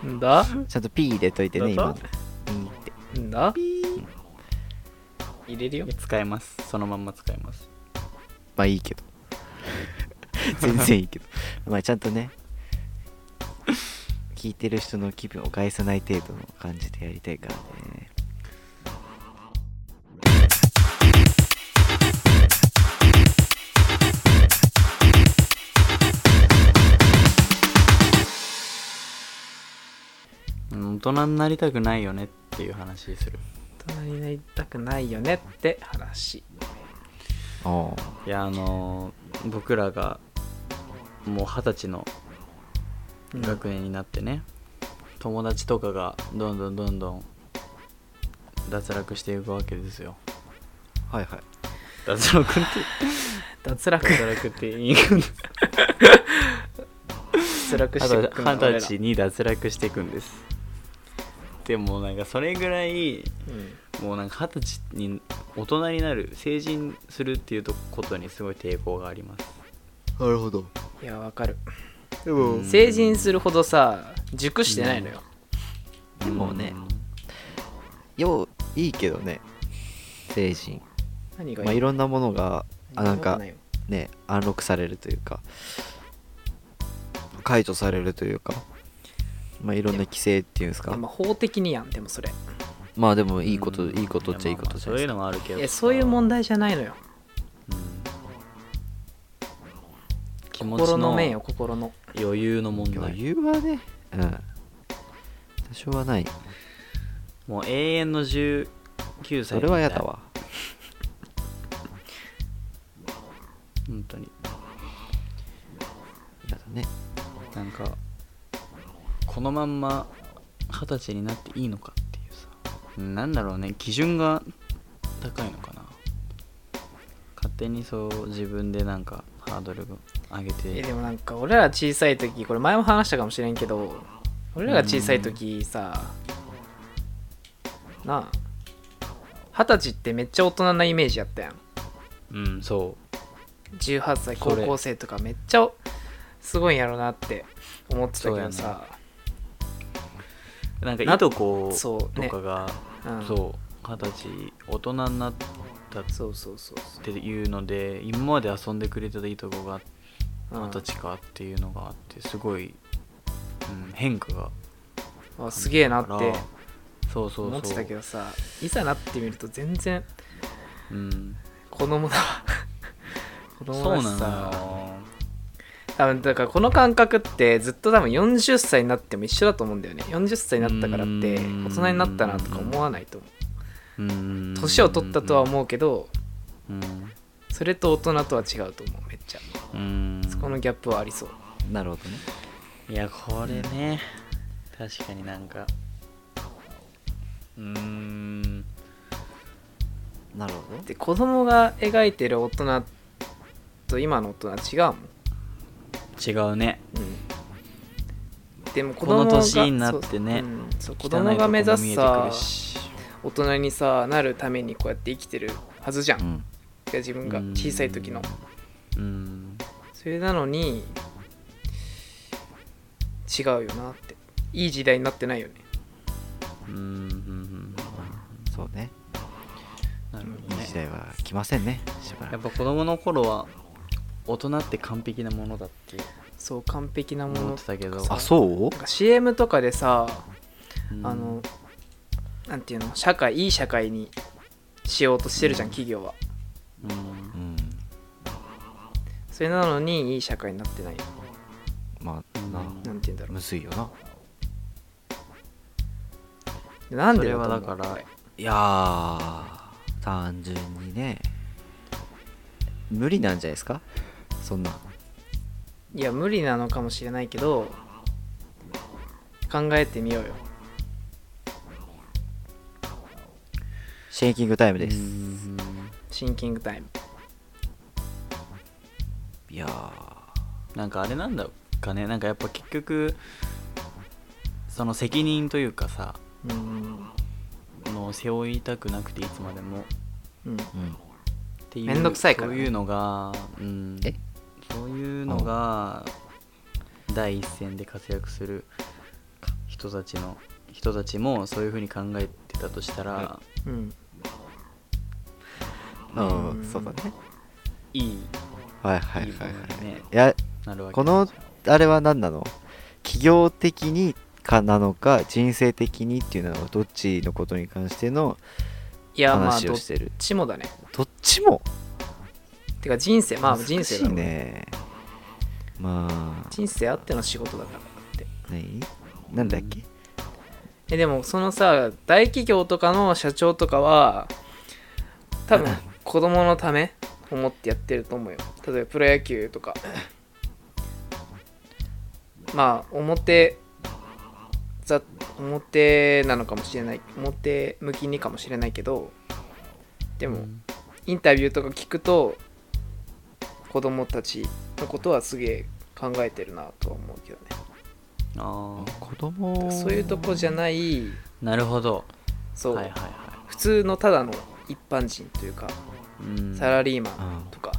Speaker 2: んだ
Speaker 1: ちゃんとピー入れといてね、今
Speaker 3: どう
Speaker 1: の
Speaker 3: ぞ。
Speaker 1: ピーって。
Speaker 2: んだ入れるよ
Speaker 3: 使えますそのまんま使えます
Speaker 1: まあいいけど。 [LAUGHS] 全然いいけど。まあちゃんとね、聞いてる人の気分を害さない程度の感じでやりたいからね。
Speaker 3: うん大人になりたくないよねっていう話する
Speaker 2: 大人になりたくないよねって話
Speaker 1: あ
Speaker 3: いやあのー僕らがもう二十歳の
Speaker 2: うん
Speaker 3: 学年になってね、友達とかがどんどんどんどん脱落していくわけですよ
Speaker 1: あ。はいはい。
Speaker 3: 脱落って
Speaker 2: 脱
Speaker 1: [LAUGHS]
Speaker 2: 落
Speaker 3: 脱落って言い方
Speaker 2: 脱落
Speaker 3: あ
Speaker 2: して
Speaker 3: と
Speaker 2: くんだ俺
Speaker 3: [LAUGHS] 二十
Speaker 2: ら
Speaker 3: 歳に脱落していくんですでもなんかそれぐらい
Speaker 2: うん
Speaker 3: もうなんか二十歳に大人になる成人するっていうとことにすごい抵抗があります
Speaker 1: なるほど。
Speaker 2: いやわかる
Speaker 1: で
Speaker 3: も
Speaker 2: 成人するほどさ熟してないのよ
Speaker 1: でもねよう、いいけどね。成人。
Speaker 2: 何が
Speaker 1: まあ
Speaker 2: い
Speaker 1: い
Speaker 2: い
Speaker 1: ろんなものが、あなん
Speaker 2: わ
Speaker 1: か
Speaker 2: いよ
Speaker 1: ね、アンロックされるというか、解除されるというか、まあいろんな規制っていうんですか。
Speaker 2: まあ法的にやんでもそれ
Speaker 1: まあでも
Speaker 3: うん
Speaker 1: いいこと、いいことっちゃいいことじゃ
Speaker 3: やまあまあそう
Speaker 1: ない
Speaker 3: い
Speaker 1: です
Speaker 3: う
Speaker 1: か。
Speaker 3: のもあるけど
Speaker 2: いやそういう問題じゃないのよ
Speaker 3: うん気持ち
Speaker 2: 心の面よ
Speaker 3: の
Speaker 2: 心の
Speaker 3: 余裕の問題
Speaker 1: 余裕はね、うん。しょうがない
Speaker 3: もう永遠の19歳
Speaker 1: それはやだわ
Speaker 3: 本当に
Speaker 1: やだね
Speaker 3: なんかこのまんま二十歳になっていいのかっていうさなんだろうね基準が高いのかな勝手にそう自分でなんかハードル上げ
Speaker 2: え
Speaker 3: て
Speaker 2: でもなんか俺ら小さい時これ前も話したかもしれんけど俺らが小さい時さ、なあ二十歳ってめっちゃ大人なイメージやったやん
Speaker 3: うんそ
Speaker 2: 18歳
Speaker 3: そ
Speaker 2: 高
Speaker 3: れ
Speaker 2: 校生とかめっちゃすごいんやろなって思ってたけどさ
Speaker 3: うなんか
Speaker 2: ない
Speaker 3: とこ
Speaker 2: そう
Speaker 3: と
Speaker 2: ね
Speaker 3: かが
Speaker 2: そう,、ん、そう
Speaker 3: そう二十歳大人になったっ
Speaker 2: そうそうそう
Speaker 3: ていうので今まで遊んでくれてたいとこが
Speaker 2: うん
Speaker 3: 二十歳かっていうのがあってすごい、うん、変化が
Speaker 2: あすげえなっ
Speaker 3: から
Speaker 2: て
Speaker 3: そうそうそう
Speaker 2: 思ってたけどさいざなってみると全然
Speaker 3: うん、
Speaker 2: 子供だ [LAUGHS] わ子
Speaker 3: そう
Speaker 2: 供だ
Speaker 3: な
Speaker 2: し
Speaker 3: の
Speaker 2: さ
Speaker 3: よ
Speaker 2: 多分だからこの感覚ってずっと多分40歳になっても一緒だと思うんだよね40歳になったからって
Speaker 3: うーん
Speaker 2: 大人になったなとか思わないと思う
Speaker 3: うん
Speaker 2: 年を取ったとは思うけど
Speaker 3: うん、
Speaker 2: それと大人とは違うと思うめっちゃ
Speaker 3: うん、
Speaker 2: そこのギャップはありそう
Speaker 1: なるほどね
Speaker 3: いやこれね確かになんかうーん
Speaker 1: なるほど
Speaker 2: で子供が描いてる大人と今の大人違うもん、
Speaker 3: 違うね
Speaker 2: うんでも子
Speaker 3: こ
Speaker 2: 供が
Speaker 3: の年になってね
Speaker 2: そううんそう子
Speaker 3: 汚いとこ
Speaker 2: 供が目指す
Speaker 3: も見えてく
Speaker 2: さ
Speaker 3: るし
Speaker 2: 大人にさなるためにこうやって生きてるはずじゃん、
Speaker 1: う
Speaker 2: い
Speaker 1: ん
Speaker 2: や自分が小さい時の
Speaker 3: うん
Speaker 2: それなのに違うよなっていい時代になってないよね
Speaker 3: うんうんうん
Speaker 1: そうね
Speaker 3: なるほど
Speaker 1: いい
Speaker 3: ね
Speaker 1: 時代は来ませんねしば
Speaker 3: や
Speaker 1: ら
Speaker 3: っ
Speaker 1: く
Speaker 3: ぱ子供の頃は大人って完璧なものだって
Speaker 2: そう完璧なも
Speaker 3: 思
Speaker 2: の
Speaker 3: ってたけど
Speaker 2: ぱ
Speaker 1: あそう
Speaker 2: なんか CM とかでさ、
Speaker 3: うん
Speaker 2: あのなんていうの社会いい社会にしようとしてるじゃん、企業は
Speaker 3: うん
Speaker 1: うん
Speaker 2: それなのにいい社会になってない
Speaker 1: まあ
Speaker 3: うん
Speaker 1: な
Speaker 2: なんて言うんだろ
Speaker 1: むずいよな
Speaker 2: うなん
Speaker 3: そ
Speaker 2: で
Speaker 3: れ
Speaker 2: と思
Speaker 3: は
Speaker 2: う
Speaker 3: だから
Speaker 2: これ
Speaker 1: いやー単純にね無理なんじゃないですかそんない
Speaker 2: や無理なのかもしれないけど考えてみようよ
Speaker 1: シェイキングタイムです、
Speaker 3: うん
Speaker 2: シンキングタイム
Speaker 1: いやー
Speaker 3: なんかあれなんだかねなんかやっぱ結局その責任というかさ
Speaker 2: うん
Speaker 3: の背負いたくなくていつまでもっ
Speaker 2: うん
Speaker 1: うん
Speaker 3: ていう
Speaker 2: めんどくさいからね
Speaker 3: そういうのが、うん、
Speaker 1: え
Speaker 3: そういうのが第一線で活躍する人たちの人たちもそういうふうに考えてたとしたら
Speaker 2: うん
Speaker 1: うん、
Speaker 2: うん
Speaker 1: そうだね
Speaker 3: いい
Speaker 1: はいはいはい
Speaker 3: いい
Speaker 1: はい
Speaker 3: ね
Speaker 1: いや
Speaker 3: なるわけ
Speaker 1: このあれは何なの企業的にかなのか人生的にっていうのはどっちのことに関しての
Speaker 2: いやまあ
Speaker 1: 話
Speaker 2: ど
Speaker 1: を
Speaker 2: っ
Speaker 1: してる
Speaker 2: ちもだね
Speaker 1: どっちも
Speaker 2: てか人生まあ人
Speaker 1: 難
Speaker 2: 生
Speaker 1: し
Speaker 2: だ
Speaker 1: い
Speaker 2: ろうね
Speaker 1: ねまあ
Speaker 2: 人生あっての仕事だからって
Speaker 1: 何なんだっけ
Speaker 2: えでもそのさ大企業とかの社長とかは多分子供のため思ってやってると思うよ例えばプロ野球とかまあ表ざ表なのかもしれない表向きにかもしれないけどで
Speaker 3: う
Speaker 2: も
Speaker 3: ん
Speaker 2: インタビューとか聞くと子供たちのことはすげえ考えてるなとは思うけどね
Speaker 3: あ
Speaker 1: 子供
Speaker 2: そういうとこじゃない
Speaker 3: ーなるほど
Speaker 2: そう、
Speaker 3: はいはいは
Speaker 2: 普通のただの一般人というか、
Speaker 3: いうん
Speaker 2: サラリーマンとか、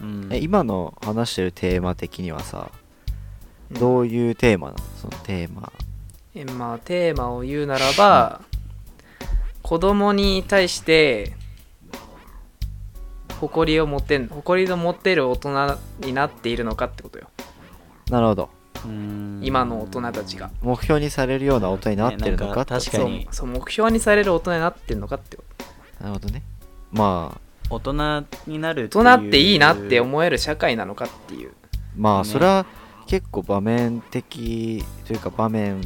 Speaker 3: うん
Speaker 1: え今の話してるテーマ的にはさ
Speaker 2: うん
Speaker 1: どういうテーマなのそのテーマ
Speaker 2: えまあテーマを言うならば、子供に対して誇りを持てん誇りの持てる大人になっているのかってことよ、
Speaker 1: なるほど
Speaker 3: うん
Speaker 2: 今の大人たちが
Speaker 1: 目標にされるような大人になってるの
Speaker 3: ね
Speaker 1: か
Speaker 3: なん
Speaker 1: って
Speaker 3: か確かに
Speaker 2: そうそう目標にされる大人になってるのかってこ
Speaker 1: なるほどねまあ
Speaker 3: 大人になる
Speaker 2: と大人っていいなって
Speaker 3: う
Speaker 2: 思える社会なのかっていう
Speaker 1: まあ
Speaker 3: ね
Speaker 1: それは結構場面的というか場面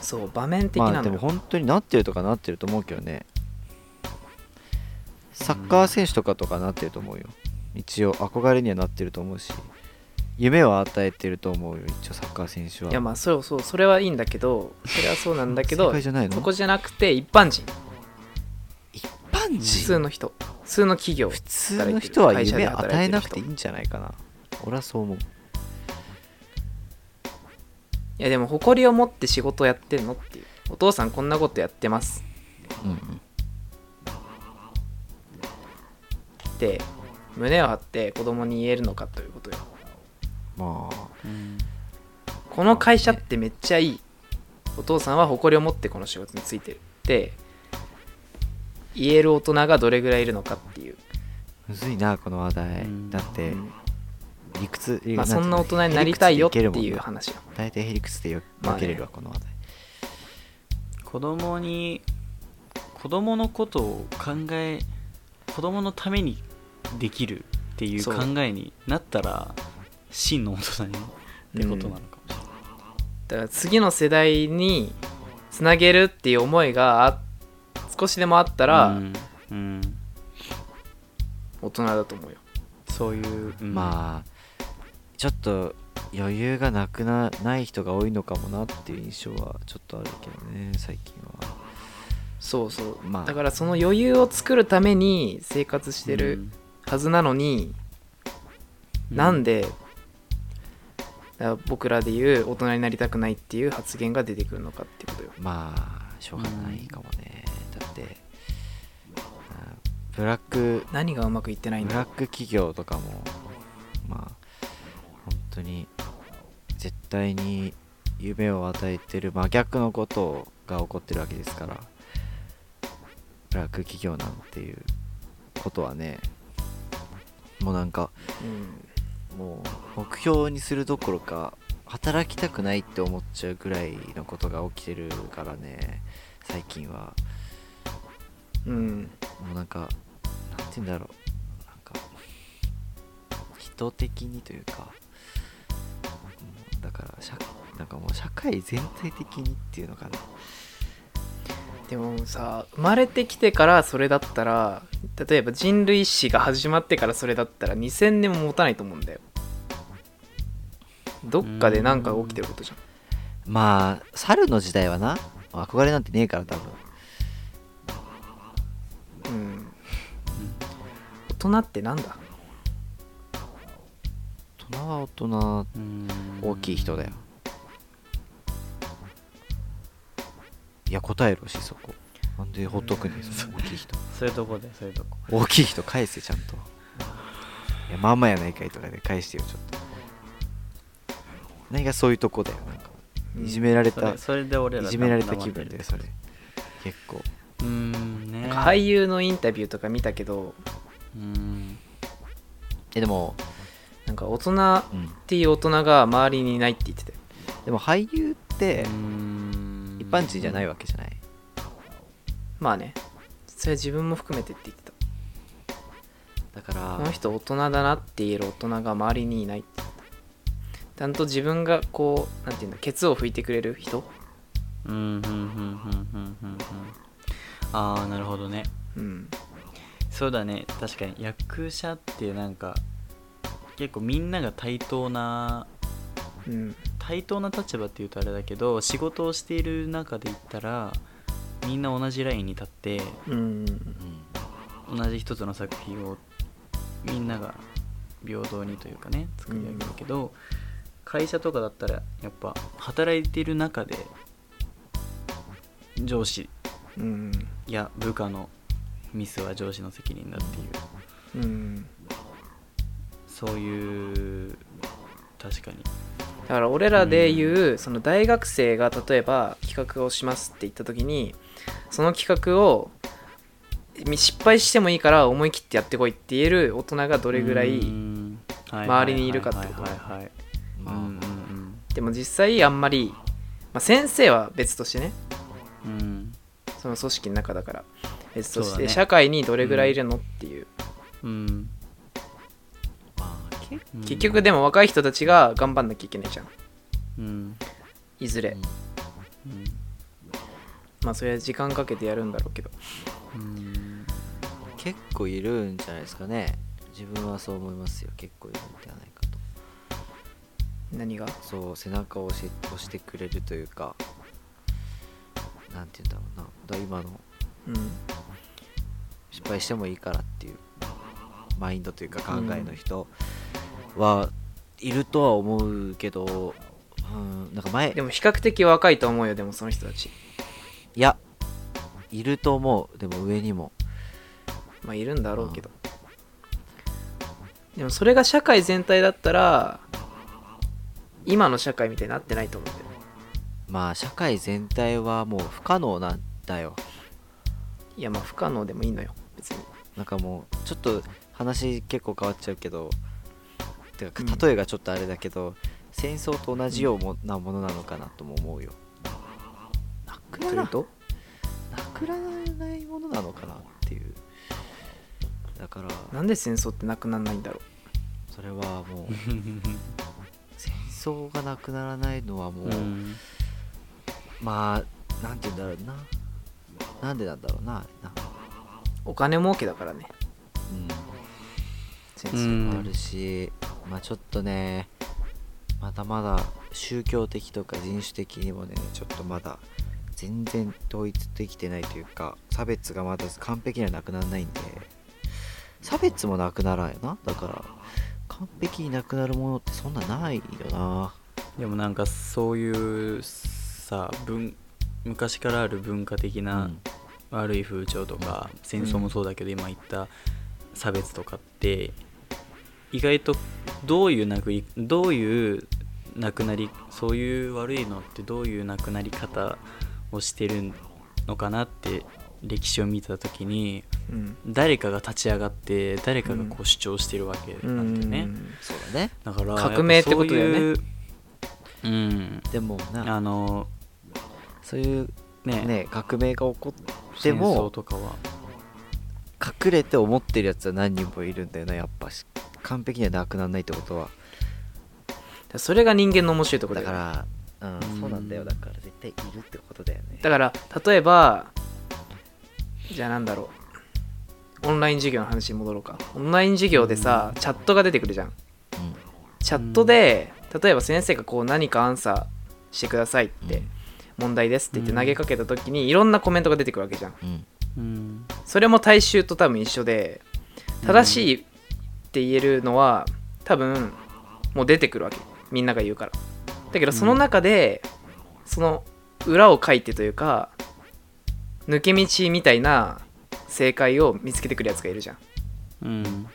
Speaker 2: そう場面的
Speaker 1: ま
Speaker 2: な
Speaker 1: あ
Speaker 2: んだ
Speaker 1: で
Speaker 2: よ、
Speaker 1: も本当になってるとかなってると思うけどねサッカー選手とかとかなってると思うよ一応憧れにはなってると思うし夢は与えてると思うよ一応サッカー選手はい
Speaker 2: やまあそうそうそれはいいんだけどそれはそうなんだけ
Speaker 3: [LAUGHS]
Speaker 1: 正
Speaker 2: ど
Speaker 1: 解じゃないの
Speaker 2: そこじゃなくて一般人
Speaker 1: 一般
Speaker 2: 普
Speaker 1: 人
Speaker 2: 通の人普通の企業
Speaker 1: 普通の人は夢与えなくていい
Speaker 2: い
Speaker 1: んじゃないかな俺はそう思う
Speaker 2: やでも誇りを持って仕事をやってんのっていうお父さんこんなことやってます
Speaker 1: うん
Speaker 2: って胸を張って子供に言えるのかということよ
Speaker 1: まあ
Speaker 3: うん
Speaker 2: この会社ってめっちゃいいお父さんは誇りを持ってこの仕事についてるって言える大人がどれぐらいいるのかっていう、
Speaker 1: むずいなこの話題
Speaker 3: うん
Speaker 1: だって理屈
Speaker 2: まあ、そんな大人になりたいよっていう話よ
Speaker 1: 大体ヘリクスでよ
Speaker 2: まあね
Speaker 1: 分けれるわこの話題
Speaker 3: 子供に子供のことを考え子供のためにできるっていう
Speaker 2: そ
Speaker 3: 考
Speaker 2: う
Speaker 3: えになったら真の大人にってことなのかもしれない、
Speaker 2: だから次の世代につなげるっていう思いがあ少しでもあったら、
Speaker 3: うんうん
Speaker 2: 大人だと思うよ
Speaker 3: そういう、うん
Speaker 1: まあちょっと余裕がなくなない人が多いのかもなっていう印象はちょっとあるけどね最近は
Speaker 2: そうそう、
Speaker 1: まあ
Speaker 2: だからその余裕を作るために生活してるはずなのに、なん
Speaker 3: で
Speaker 2: でだから僕らで言う大人になりたくないっていう発言が出てくるのかってことよ
Speaker 1: まあしょうがないかもね、だってあブラック
Speaker 2: 何がうまくいってないん
Speaker 1: ブ
Speaker 2: だ
Speaker 1: ラック企業とかもまあ本当に絶対に夢を与えてる真逆のことが起こってるわけですからブラック企業なんていうことはねもうなんか
Speaker 2: うん
Speaker 1: もう目標にするどころか働きたくないって思っちゃうぐらいのことが起きてるからね最近は
Speaker 2: うん
Speaker 1: もうなんかなんて言うんだろうなんか人的にというかうんだから社なんかもう社会全体的にっていうのかな
Speaker 2: でもさ生まれてきてからそれだったら例えば人類史が始まってからそれだったら2000年も持たないと思うんだよどっかで何かが起きてることじゃん
Speaker 1: まあ猿の時代はな憧れなんてねえから多分
Speaker 2: うん大人ってなんだ
Speaker 1: 大人は大人大きい人だよいや答えろしそこなんでほっとくねその大きい人
Speaker 3: そういうとこでそういうとこ
Speaker 1: 大きい人返せちゃんといやまあまあやないかいとかで返してよちょっと何がそういうとこだよなんかいじめられ
Speaker 3: そ
Speaker 1: た、
Speaker 3: れそれで俺ら
Speaker 1: いじめられた気
Speaker 3: 黙っ
Speaker 1: 分
Speaker 3: て
Speaker 1: で
Speaker 3: る
Speaker 1: それ結構
Speaker 3: うんね
Speaker 2: なんか俳優のインタビューとか見たけど
Speaker 3: うん
Speaker 1: えでも、
Speaker 2: なんか大人っていう大人が周りにいないって言ってたよ
Speaker 1: でも俳優って
Speaker 3: うん
Speaker 1: 一般人じゃないわけじゃない、
Speaker 2: まあねそれは自分も含めてって言ってた
Speaker 1: だから
Speaker 2: この人大人だなって言える大人が周りにいないって言ってたちゃんと自分がこうなんていうんだケツを拭いてくれる人
Speaker 3: うんうんうんうんうんうんうんああなるほどね
Speaker 2: うん
Speaker 3: そうだね確かに役者ってなんか結構みんなが対等な
Speaker 2: うん
Speaker 3: 対等な立場っていうとあれだけど仕事をしている中で言ったらみんな同じラインに立って
Speaker 2: うん
Speaker 1: うん
Speaker 3: 同じ一つの作品をみんなが平等にというかね作り上げるけど、会社とかだったらやっぱ働いている中で上司
Speaker 2: うん
Speaker 3: や部下のミスは上司の責任だっていう
Speaker 2: うん
Speaker 3: そういう確かに
Speaker 2: だから俺らで言うその大学生が例えば企画をしますって言った時にその企画をみ失敗してもいいから思い切ってやってこいって言える大人がど
Speaker 3: ど
Speaker 2: れぐらい周りにいるかってこと
Speaker 3: はいはいはい
Speaker 1: ま
Speaker 3: は
Speaker 1: あ、
Speaker 3: いうんうん
Speaker 2: でも実際あんまり、まあ、先生は別としてね
Speaker 3: うんうん
Speaker 2: その組織の中だから別と
Speaker 3: そ
Speaker 2: し
Speaker 3: うだ
Speaker 2: て
Speaker 3: ね
Speaker 2: 社会にどれぐらいいるのっていう、
Speaker 3: うん
Speaker 1: まあ結
Speaker 3: うん
Speaker 2: 結局でも若い人たちが頑張んなきゃいけないじゃん
Speaker 3: うん
Speaker 2: いずれ
Speaker 1: 構、
Speaker 3: うん
Speaker 2: まあそれは時間かけてやるんだろうけど
Speaker 3: うん
Speaker 1: 結構いるんじゃないですかね自分はそう思いますよ結構いるんではないかと
Speaker 2: 何が
Speaker 1: そう背中を押し押してくれるというかなんて言うんだろうなだ今の
Speaker 2: うん
Speaker 1: 失敗してもいいからっていうマインドというか考えの人はいるとは思うけど、うん、なんか前
Speaker 2: [LAUGHS] でも比較的若いと思うよでもその人たち
Speaker 1: いやいると思うでも上にも
Speaker 2: まあいるんだろうけどでもそれが社会全体だったら今の社会みたいになってないと思うんだよ
Speaker 1: まあ社会全体はもう不可能なんだよ
Speaker 2: いやまあ不可能でもいいのよ別に
Speaker 1: なんかもうちょっと話結構変わっちゃうけどてか
Speaker 2: うん
Speaker 1: 例えがちょっとあれだけど、戦争と同じようもなものなのかなとも思うよなく
Speaker 2: そ
Speaker 1: な
Speaker 2: れ
Speaker 1: ら
Speaker 2: と
Speaker 1: なくならないものなのかなっていうだから
Speaker 2: なんで戦争ってなくならないんだろ
Speaker 1: それはもう戦争がなくならないのはもう、
Speaker 3: うん
Speaker 1: まあなんて言うんだろうななんでなんだろうなあれな、
Speaker 2: うお金儲けだからね戦争
Speaker 3: う
Speaker 1: うん、あるしまあちょっとねまだまだ宗教的とか人種的にもねちょっとまだ全然統一できてないというか差別がまだ完璧にはなくならないんで差別もなくならんよなだから完璧になくなるものってそんなないよな
Speaker 3: でもなんかそういうさ文昔からある文化的
Speaker 1: う
Speaker 3: なん悪い風潮とか、戦争もそうだけど今言った差別とかって意外とどういうなくりどういうなくなりそういう悪いのってどういうなくなり方をしてるのかなって歴史を見た時に
Speaker 2: うん
Speaker 3: 誰かが立ち上がって誰かがこう主張してるわけ
Speaker 2: う
Speaker 3: なんだよね。
Speaker 2: ん
Speaker 1: そうだね
Speaker 3: だから
Speaker 2: 革命ってことだよね
Speaker 3: やっぱそういううん
Speaker 1: でもな
Speaker 3: あの
Speaker 1: そういう
Speaker 3: ね
Speaker 1: ね革命が起こって
Speaker 3: 戦争
Speaker 1: も
Speaker 3: とかは
Speaker 1: 隠れて思ってるやつは何人もいるんだよなやっぱし完璧にはなくならないってことは
Speaker 2: だからそれが人間の面白いところ
Speaker 1: だ
Speaker 2: だ
Speaker 1: か
Speaker 2: よね
Speaker 1: ら、うん
Speaker 3: うん
Speaker 1: そうなんだよだから絶対いるってことだよね
Speaker 2: だから例えばじゃあなんだろうオンライン授業の話に戻ろうかオンライン授業でさ、チャットが出てくるじゃんチャットで、例えば先生がこう何かアンサーしてくださいって、
Speaker 1: うん
Speaker 2: 問題ですって言って
Speaker 3: うん
Speaker 2: 投げかけた時にいろんなコメントが出てくるわけじゃん
Speaker 1: うん、うん
Speaker 3: うん
Speaker 2: それも大衆と多分一緒で正しいって言えるのは多分もう出てくるわけみんなが言うからだけどその中で、その裏を書いてというか抜け道みたいな正解を見つけてくるやつがいるじゃん
Speaker 3: うん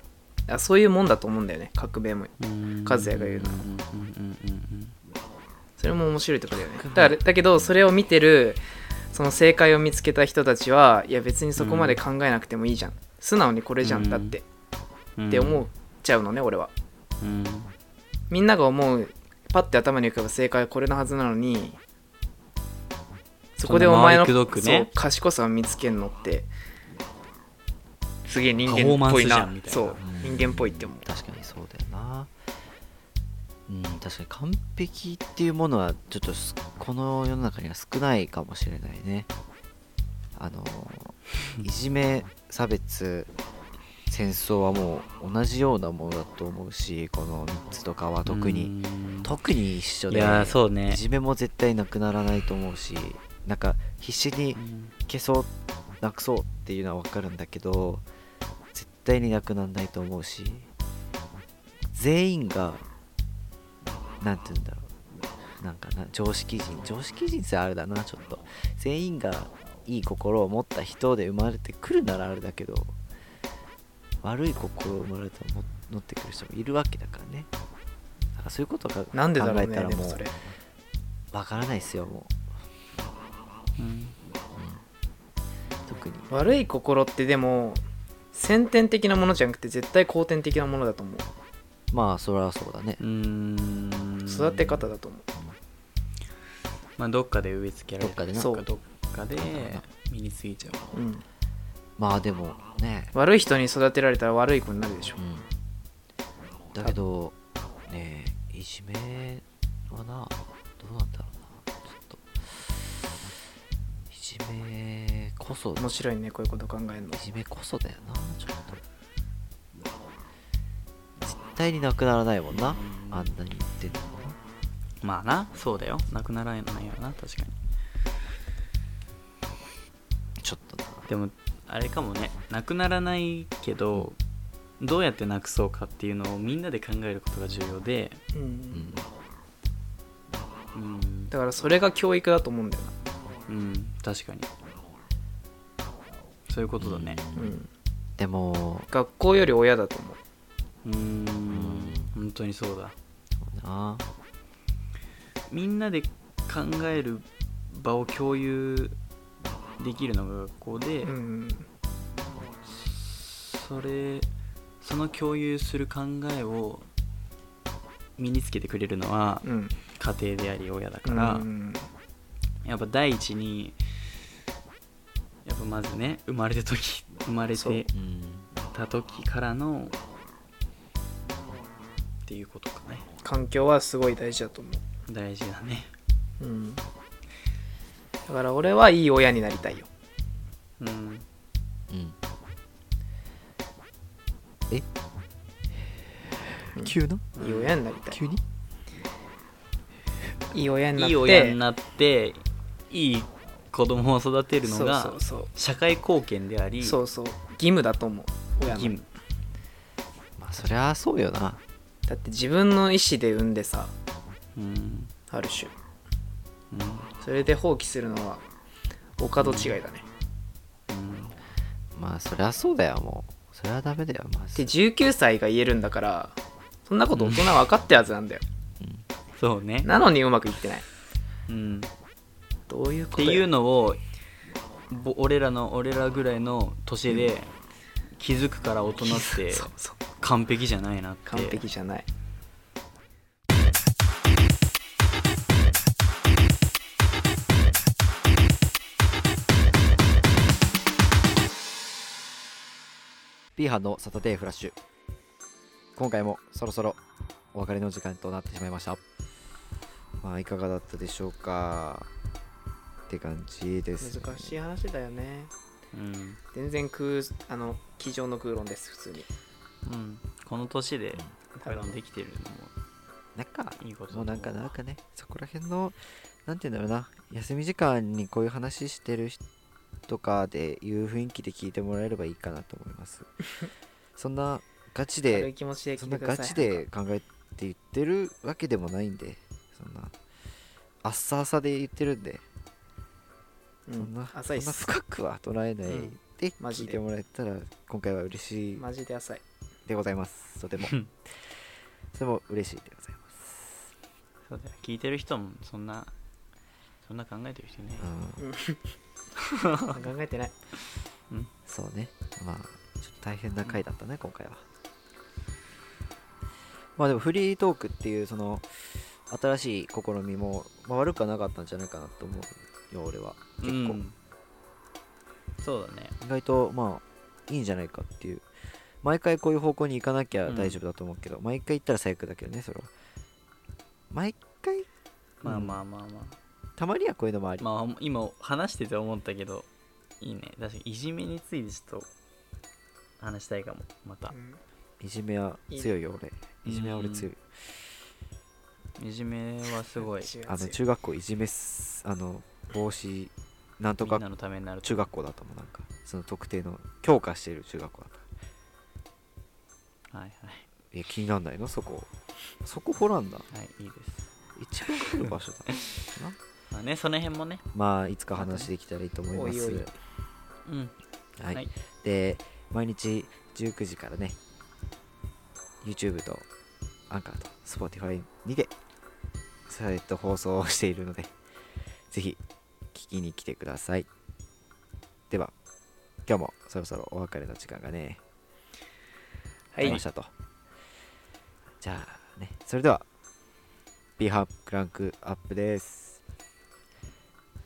Speaker 2: あそういうもんだと思うんだよね革命も
Speaker 3: うん
Speaker 2: 和也が言うな
Speaker 3: うんうんうん
Speaker 2: それも面白いとこだよねだからだけどそれを見てるその正解を見つけた人たちはいや別にそこまで考えなくてもいいじゃん、素直にこれじゃんだって、
Speaker 3: うんうん
Speaker 2: って思っちゃうのね俺は
Speaker 3: うん
Speaker 2: みんなが思うパッて頭に浮かぶ正解はこれのはずなのにそこでお前の
Speaker 3: そんな回りくどくね
Speaker 2: そう賢さを見つけるのってすげえ人
Speaker 3: パフォ
Speaker 2: 間
Speaker 3: ーマ
Speaker 2: っ
Speaker 3: ン
Speaker 2: ぽ
Speaker 3: ス
Speaker 2: い
Speaker 3: じゃ
Speaker 2: なん
Speaker 3: みたいな
Speaker 2: そう人間っぽいって思う
Speaker 1: 確かにそうだよなうん確かに完璧っていうものはちょっとすこの世の中には少ないかもしれないねあ
Speaker 2: [LAUGHS]
Speaker 1: のいじめ差別戦争はもう同じようなものだと思うしこの3つとかは特に、
Speaker 3: うん
Speaker 1: 特に一緒
Speaker 3: い
Speaker 1: で
Speaker 3: やーそう
Speaker 1: い
Speaker 3: ね
Speaker 1: じめも絶対なくならないと思うしなんか必死に
Speaker 3: うん
Speaker 1: 消そうなくそうっていうのは分かるんだけど絶対になくならないと思うし全員がなんて言うんだろうなんかな常識人常識人ってあれだなちょっと全員がいい心を持った人で生まれてくるならあれだけど悪い心を生まれたも持ってくる人もいるわけだからねだからそういうことが考え
Speaker 2: なんで
Speaker 1: た
Speaker 2: だろうね
Speaker 1: ら
Speaker 2: で
Speaker 1: も
Speaker 2: も
Speaker 1: う
Speaker 2: それ
Speaker 1: わからないですよも
Speaker 3: うん
Speaker 1: う特に
Speaker 2: 悪い心ってでも先天的なものじゃなくて絶対後天的なものだと思う
Speaker 1: まあそれはそうだね
Speaker 3: うん
Speaker 2: 育て方だと思う、
Speaker 3: まあどっかで植え付けられ
Speaker 1: どっかでな
Speaker 2: そう
Speaker 3: どっかで身についちゃう
Speaker 2: うん、
Speaker 1: まあでもね、
Speaker 2: 悪い人に育てられたら悪い子になるでしょ
Speaker 1: う、ん、だけどねえいじめはなどうなんだろうなちょっといじめこそ
Speaker 2: 面白いねこういうこと考えるの
Speaker 1: いじめこそだよなちょっと絶対になくならないもんなあんなに言ってんのも
Speaker 3: まあなそうだよなくならないよな確かに
Speaker 1: ちょっとな
Speaker 3: でもあれかもねなくならないけどどうやってなくそうかっていうのをみんなで考えることが重要で
Speaker 2: うん、
Speaker 1: うん
Speaker 3: うん
Speaker 2: だからそれが教育だと思うんだよな
Speaker 3: うん確かにそういうことだね
Speaker 1: う
Speaker 2: うんん
Speaker 1: でも
Speaker 2: 学校より親だと思う
Speaker 3: うん本当にそうだ
Speaker 1: な
Speaker 3: みんなで考える場を共有できるのが学校で、
Speaker 2: うん
Speaker 3: それその共有する考えを身につけてくれるのは
Speaker 2: うん
Speaker 3: 家庭であり親だから、
Speaker 2: うん
Speaker 3: やっぱ第一にやっぱまずね生まれた時生まれ
Speaker 2: そう
Speaker 3: てた時からのっていうことかね
Speaker 2: 環境はすごい大事だと思
Speaker 3: 大事だね
Speaker 2: ううんだから俺はいい親になりたいよ
Speaker 3: うん
Speaker 1: うんえ急ない
Speaker 2: い親になりたい
Speaker 1: 急に
Speaker 2: いい親になっ
Speaker 3: い
Speaker 2: て
Speaker 3: い親になっていい子供を育てるの
Speaker 2: そ
Speaker 3: が
Speaker 2: うそう
Speaker 3: 社会貢献であ
Speaker 2: そう
Speaker 3: り
Speaker 2: そうそう義務だと思う親
Speaker 3: 義
Speaker 2: の
Speaker 3: 務
Speaker 1: まあそりゃそうよな
Speaker 2: だって自分の意思で産んでさ
Speaker 3: うん
Speaker 2: ある種
Speaker 3: うん
Speaker 2: それで放棄するのはお門違いだね、
Speaker 3: うん
Speaker 1: まあそりゃそうだよもうそれはダメだよま
Speaker 2: で
Speaker 1: ず
Speaker 2: 19歳が言えるんだからそんなこと大人は分かってるはずなんだよ
Speaker 3: そうね
Speaker 2: なのにうまくいってない
Speaker 3: うん
Speaker 2: どういう
Speaker 3: っ
Speaker 2: こ
Speaker 3: て
Speaker 2: と
Speaker 3: いう
Speaker 2: よ
Speaker 3: のをぼ俺らの俺らぐらいの年で気づくから大人って
Speaker 2: [LAUGHS] そうそう
Speaker 3: 完璧じゃないなって
Speaker 2: 完璧じゃない
Speaker 1: ピーハンのサタデーフラッシュ今回もそろそろお別れの時間となってしまいましたまあいかがだったでしょうかって感じです、ね、
Speaker 2: 難しい話だよね
Speaker 3: うん
Speaker 2: 全然空あの机上の空論です普通に
Speaker 3: うん、この年でこういうのできてる
Speaker 1: な
Speaker 3: の
Speaker 1: んか
Speaker 3: もいいことだ
Speaker 1: もうなんかなんかねそこら辺のなんて言うんだろうな休み時間にこういう話してる人とかでいう雰囲気で聞いてもらえればいいかなと思います
Speaker 2: [LAUGHS]
Speaker 1: そんなガチで
Speaker 2: 軽い気持ちで
Speaker 1: そん
Speaker 2: 聞い
Speaker 1: な
Speaker 2: てくだ
Speaker 1: ガ
Speaker 2: さい
Speaker 1: チで考えて言ってるわけでもないんでそんなあっさあさで言ってるんで、
Speaker 2: う
Speaker 1: そんなん
Speaker 2: 浅いっ
Speaker 1: そんな
Speaker 2: す
Speaker 1: 深くは捉えない
Speaker 2: うん
Speaker 1: で
Speaker 2: マジ
Speaker 1: 聞い
Speaker 2: で
Speaker 1: てもらえたら今回は嬉しい
Speaker 2: マジで浅
Speaker 1: [LAUGHS]
Speaker 2: い
Speaker 1: でございますと
Speaker 2: [LAUGHS]
Speaker 1: てもとても嬉しいでございます、
Speaker 3: そうだよ聞いてる人もそんなそんな考えてる人いないよ
Speaker 1: うん、
Speaker 2: 考えてない
Speaker 1: そうねまあちょっと大変な回だったね、今回はまあでもフリートークっていうその新しい試みも、まあ、悪くはなかったんじゃないかなと思うよ俺は結構、
Speaker 3: うんそうだね
Speaker 1: 意外とまあいいんじゃないかっていう毎回こういう方向に行かなきゃ
Speaker 3: うん
Speaker 1: 大丈夫だと思うけど、毎回行ったら最悪だけどねそれは毎回
Speaker 3: まあまあまあま
Speaker 1: たまにはこういうのもあ
Speaker 3: あ、
Speaker 1: り、
Speaker 3: まあ今話してて思ったけどいいね確かにいじめについてちょっと話したいかもまた
Speaker 1: いじめは強いよ俺
Speaker 3: いい
Speaker 1: いじめは俺強い、
Speaker 3: いじめはすごい
Speaker 1: あの中学校いじめすあの防止なんと
Speaker 3: み
Speaker 1: か
Speaker 3: んなのためになる
Speaker 1: 中学校だと思うなんかその特定の強化している中学校だと
Speaker 3: はいはい
Speaker 1: え気になんないのそこそこ掘らんだ
Speaker 3: はいいいで
Speaker 1: 一
Speaker 3: す
Speaker 1: 番来る場
Speaker 2: [LAUGHS]
Speaker 1: 所だな
Speaker 3: まあねその辺もね
Speaker 1: まあいつか話できたらいいと思います
Speaker 2: おいおい
Speaker 3: うん
Speaker 1: はい、
Speaker 3: はい
Speaker 1: で毎日19時からね YouTube とアンカーと Spotify にてサイト放送をしているのでぜひ聞きに来てくださいでは今日もそろそろお別れの時間がね
Speaker 2: は
Speaker 1: 来ま
Speaker 2: い
Speaker 1: したと、じゃあねそれでは B ハクランクアップです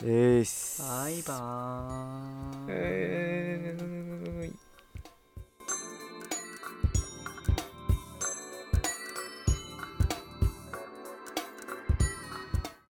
Speaker 1: えーす
Speaker 3: バイバーイ
Speaker 2: えー